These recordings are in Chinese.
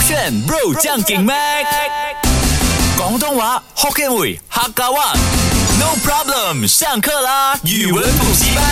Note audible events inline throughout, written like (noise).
选 Bro 将劲 Mac，广东话 Hokkien 语客家话。No problem，上课啦！语文补习班。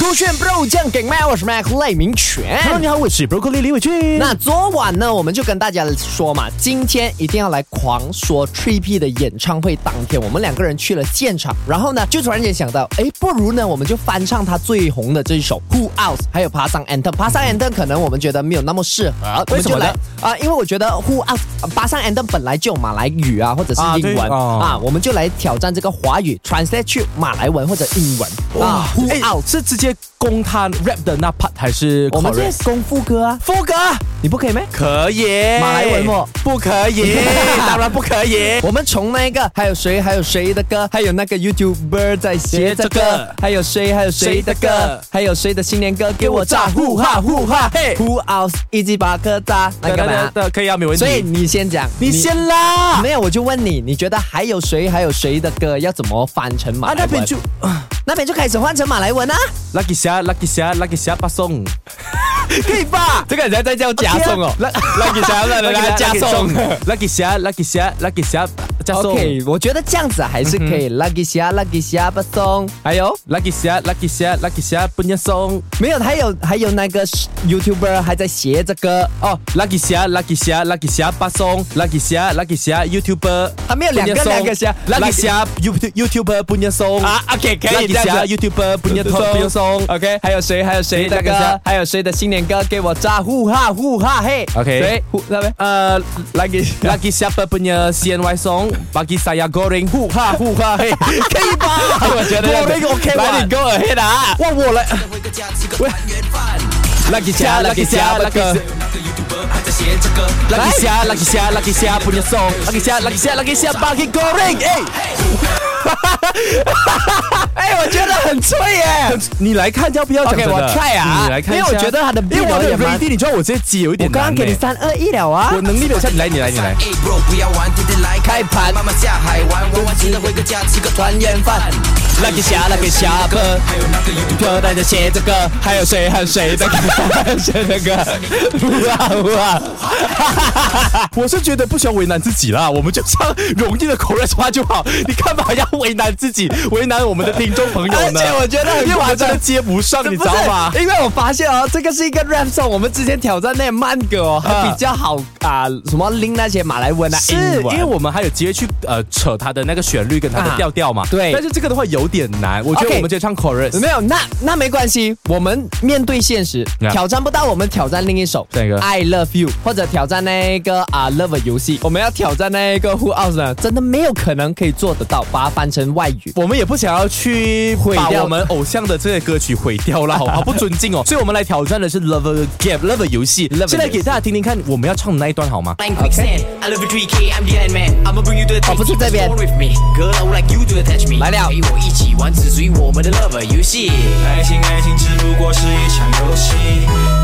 勾选 Bro 酱给麦，我是 Mac 赖明全。 Hello，你好，我是 Broccoli 李伟俊。那昨晚呢，我们就跟大家说嘛，今天一定要来狂说 Trip 的演唱会当天，我们两个人去了现场，然后呢，就突然间想到，哎，不如呢，我们就翻唱他最红的这一首《Who Else》，还有《爬上 Anthem》。爬上 Anthem 可能我们觉得没有那么适合，我为们什就么呢来啊、因为我觉得 Who Else 呃爬上 Anthem 本来就有马来语啊，或者是啊英对文啊哦我们就来挑战这个华语 translate 去马来文或者英文啊，《Who 哎 Else》。是直接攻他 rap 的那 part 还是我们 chorus？这是功夫歌啊，副歌你不可以咩？可以，马来哎文哦，不可以 (laughs) 当然不可以。我们从那个还有谁还有谁的歌，还有那个 YouTuber 在写这写这个个，还有谁还有谁的谁的歌歌，还有谁的新年歌给我炸给呼我炸哈呼哈嘿嘿，Who else 一级把歌炸，那干嘛？的可以啊，没问题。所以你先讲，你先啦，没有我就问你，你觉得还有谁还有谁的歌要怎么翻成马啊来文那边？就那边就开始换成马来文啊， lucky 侠，lucky 侠，lucky 侠发送，可以吧？这个人家在叫加送哦，lucky (laughs) 侠了来，lucky 侠，lucky 侠，lucky 侠加送嗯 OK，我觉得这样子还是可以。Lucky 虾，Lucky 虾不松，还有哎，lucky 侠，lucky 侠，lucky 侠不念送。没有？还有还有那个 YouTuber 还在学这个，哦，lucky 侠，lucky 侠，lucky 侠发送，lucky 侠，lucky 侠，YouTuber。他没有两个两个虾，lucky 侠，YouTuber 不念送。啊，OK，可以 Lucky 这样侠子。 ，YouTuber 不念送，不念送。 OK，还有谁？还有谁的谁的歌歌？还有谁的新年歌？给我炸呼哈呼哈嘿 OK 谁？呼那边呃 (laughs) ，Lucky 虾，Lucky siapa punya CNY song bagi saya goreng hu ha hu ha hey，可以吧？我觉得这样子 Boring OK 来吧你 go ahead 啊！哇，我来， Lucky 虾，Lucky 虾，Lucky 来 Lucky 虾，Lucky 虾，Lucky 虾 punya song Lucky 虾，Lucky 虾，Lucky 虾 bagi goreng 哎。哎，我觉得很脆耶。你来看要不要讲 OK，真的我 try 啊你来看一因下，为我觉得他的因为我 beat 也的蛮 oh, ready，你知道我这接有一我点刚难刚给你呢三二一了啊我。能力没有像你来，你来，你来。哎，bro，不要玩，天天来开盘，妈妈下海玩，玩完记得回个家吃个团圆饭。 Lucky 虾，Lucky 虾不。还有那个 YouTube 歌大家写这个，还有谁还有谁的歌， (laughs) 还有谁的歌，哇哇！我是觉得不需要为难自己啦，我们就唱容易的口热话就好，你干嘛要为难自己，为难我们的听众朋友而呢？且我觉得很 (laughs) 因为我夸们张真的接不上，你知道吗不？是因为我发现哦，这个是一个 rap song，我们之前挑战那些慢歌哦，还嗯比较好啊、什么拎那些马来文啊，是英文因为我们还有机会去呃扯它的那个旋律跟它啊的调调嘛，对但是这个的话有点难，我觉 OK 得我们直接唱 chorus 没有，那那没关系，我们面对现实 Yeah 挑战不到，我们挑战另一首哪个 I Love You，或者挑战那个啊 Love 游戏，我们要挑战那个 Who Else 呢？真的没有可能可以做得到，把它翻成外语。我们也不想要去毁掉掉我们偶像的这些歌曲毁掉了，好好不尊敬哦。所以我们来挑战的是 Love Game Love 游戏 Lover。现在给大家听听看，我们要唱的那一段好吗？ Line quicksand, I love you 3K, I'm the end man. I'ma bring you to the 哦不是 top, 这边 soar with me. Girl, I would like you to attach me. 来了陪我一起玩，只属于我们的 lover 游戏。爱情，爱情只不过是一场游戏，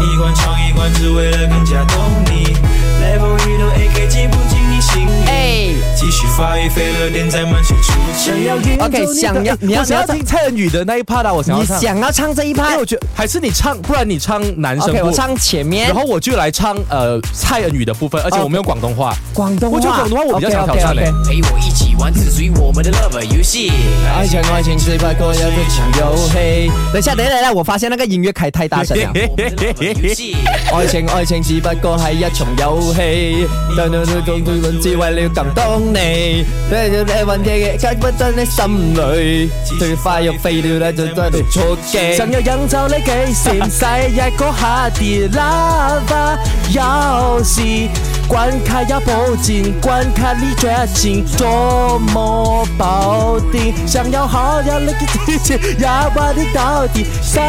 一关闯一关，只为了更加懂你。Level 一的 AK 进不进你心里？哎继续发育，飞了点，再慢些出击。 ，OK，想要你要我想要唱听蔡恩宇的那一 part 啊，我想要你唱。想要唱这一因趴为我觉得还是你唱，不然你唱男生？OK，部我，唱前面然，后我就来唱呃蔡恩宇的部分，而且我们用广东话。广东话。我觉得广东话我比较想挑战 OK，OK，OK 嘞陪我一起玩，只属于我们的 lover 游戏。爱情，爱情只不过是一场游戏。等一下，等一下，等一下，我发现那个音乐开太大声了。我们的 lover 游戏。 (laughs) 爱情，爱情只不过系一场遊戲，但我最共最揾智慧了更懂你，但你揾嘅嘢根本真喺心裏，最快又飛了咧就再度出擊。想要营造你嘅城市一個下啲喇叭有時關卡要保證，關卡你絕情多麼保定，想要好要你嘅自己，要把你到底，想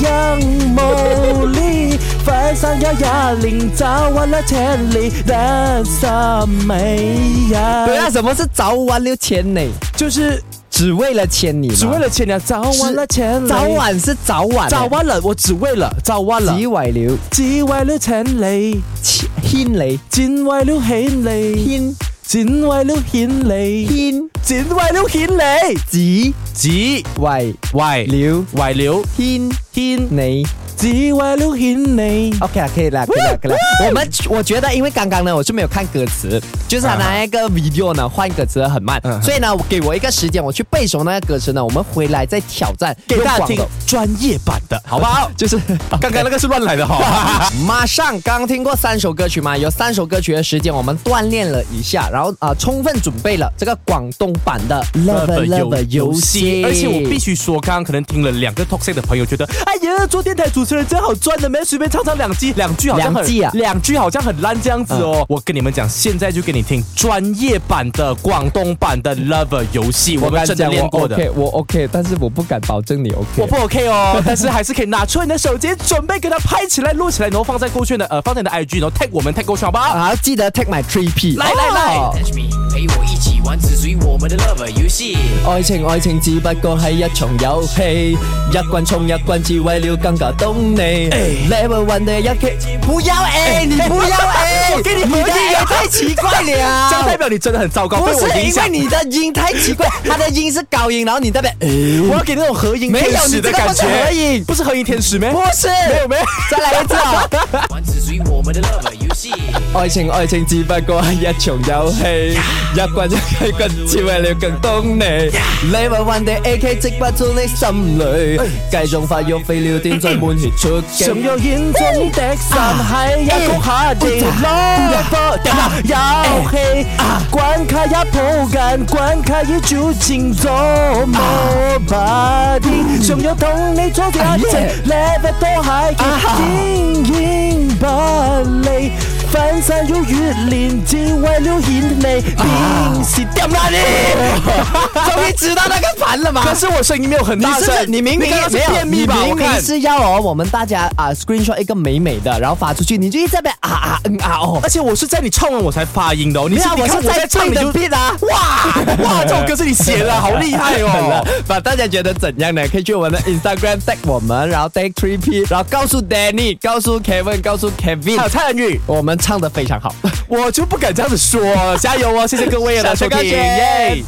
要無力，分散要要領走完了千里，人生美呀对啊，什么是早晚了千里？就是只为了千里吗？只為了千里，早完了千里，早晚是早晚，早完了，我只為了早完了只。為了只為了請你，千千里只為了顯你，千只為了顯你，千只為了顯你，只只為為了為了千顯你只为了因你。 OK 啦，可以啦，可以啦，可以啦。我们我觉得，因为刚刚呢，我是没有看歌词，就是他拿一个 video 呢换歌词很慢，所以呢，我给我一个时间，我去背熟那个歌词呢，我们回来再挑战，给大家用广听东专业版的，好好不吧？好？ (laughs) 就是刚刚那个是乱来的哈。 (laughs) 马上刚听过三首歌曲嘛，有三首歌曲的时间，我们锻炼了一下，然后啊、充分准备了这个广东版的 Love Love 游戏，而且我必须说，刚刚可能听了两个 toxic 的朋友觉得，哎呀，做电台主持人真好赚的，没随便唱唱两句，两句好像很两句啊嗯两句好像很烂这样子哦。我跟你们讲，现在就给你听专业版的广东版的 Lover 游戏，我们真的练过的。 OK，我 OK，但是我不敢保证你 OK。我不 OK 哦， (laughs) 但是还是可以拿出你的手机，准备给它拍起来、录起来，然后放在勾圈的呃，放在你的 IG，然后 tag 我们 tag 勾圈好不好？啊，记得 take my three P。来来来哦 Touch me，陪我一起玩只属于我们的 love 游戏。爱情愛情只不過係一場遊戲，一關冲一關，只為了更加懂你。Level one 的一 K，不要 A，你不要 A， (laughs) 我给你你合的理啊 A 太奇怪了。这样代表你 (laughs) 真的很糟糕，不被我是影因响為。你的音太奇怪，他的音是高音，然後你那边我要给那种合音没天有，使你的这个感不是合觉，影，不是合音天使咩？不是，没有没有。再来一次啊！玩只属于我们的 love 游戏。愛情愛情只不過係一場遊戲，一關一關，只為了更懂你。你運運地 AK 直不到你心裏，繼續發育飛了天再滿血出常鏡。有眼中的山海，一哎曲下地攞波有戲，關卡一抱緊，關卡一照前咗冇把啲，常有同你做一程耶，禮拜多係嘅，天然不理。翻山又越嶺，只為了顯你平時干嘛你？终于知道那个盘了吗？可是我声音没有很你大是不是声，你明明刚刚是没有，便秘你吧？我明明看是要哦，我们大家啊 screenshot 一个美美的，然后发出去，你就一直在那边啊啊嗯啊哦。而且我是在你唱完我才发音的哦，你没是有，你我看是我在在唱唱你的就 beat 啊！哇，哇，这首歌是你写的啊，好厉害 (laughs) 哦！把大家觉得怎样呢？可以去我们的 Instagram tag 我们，然后 tag three p，然后告诉 Danny，告诉 Kevin，告诉还有 Kevin，蔡恩宇，我们唱的非常好。 (laughs) 我就不敢这样子说，加油哦！谢谢各位的小收听，哥哥耶！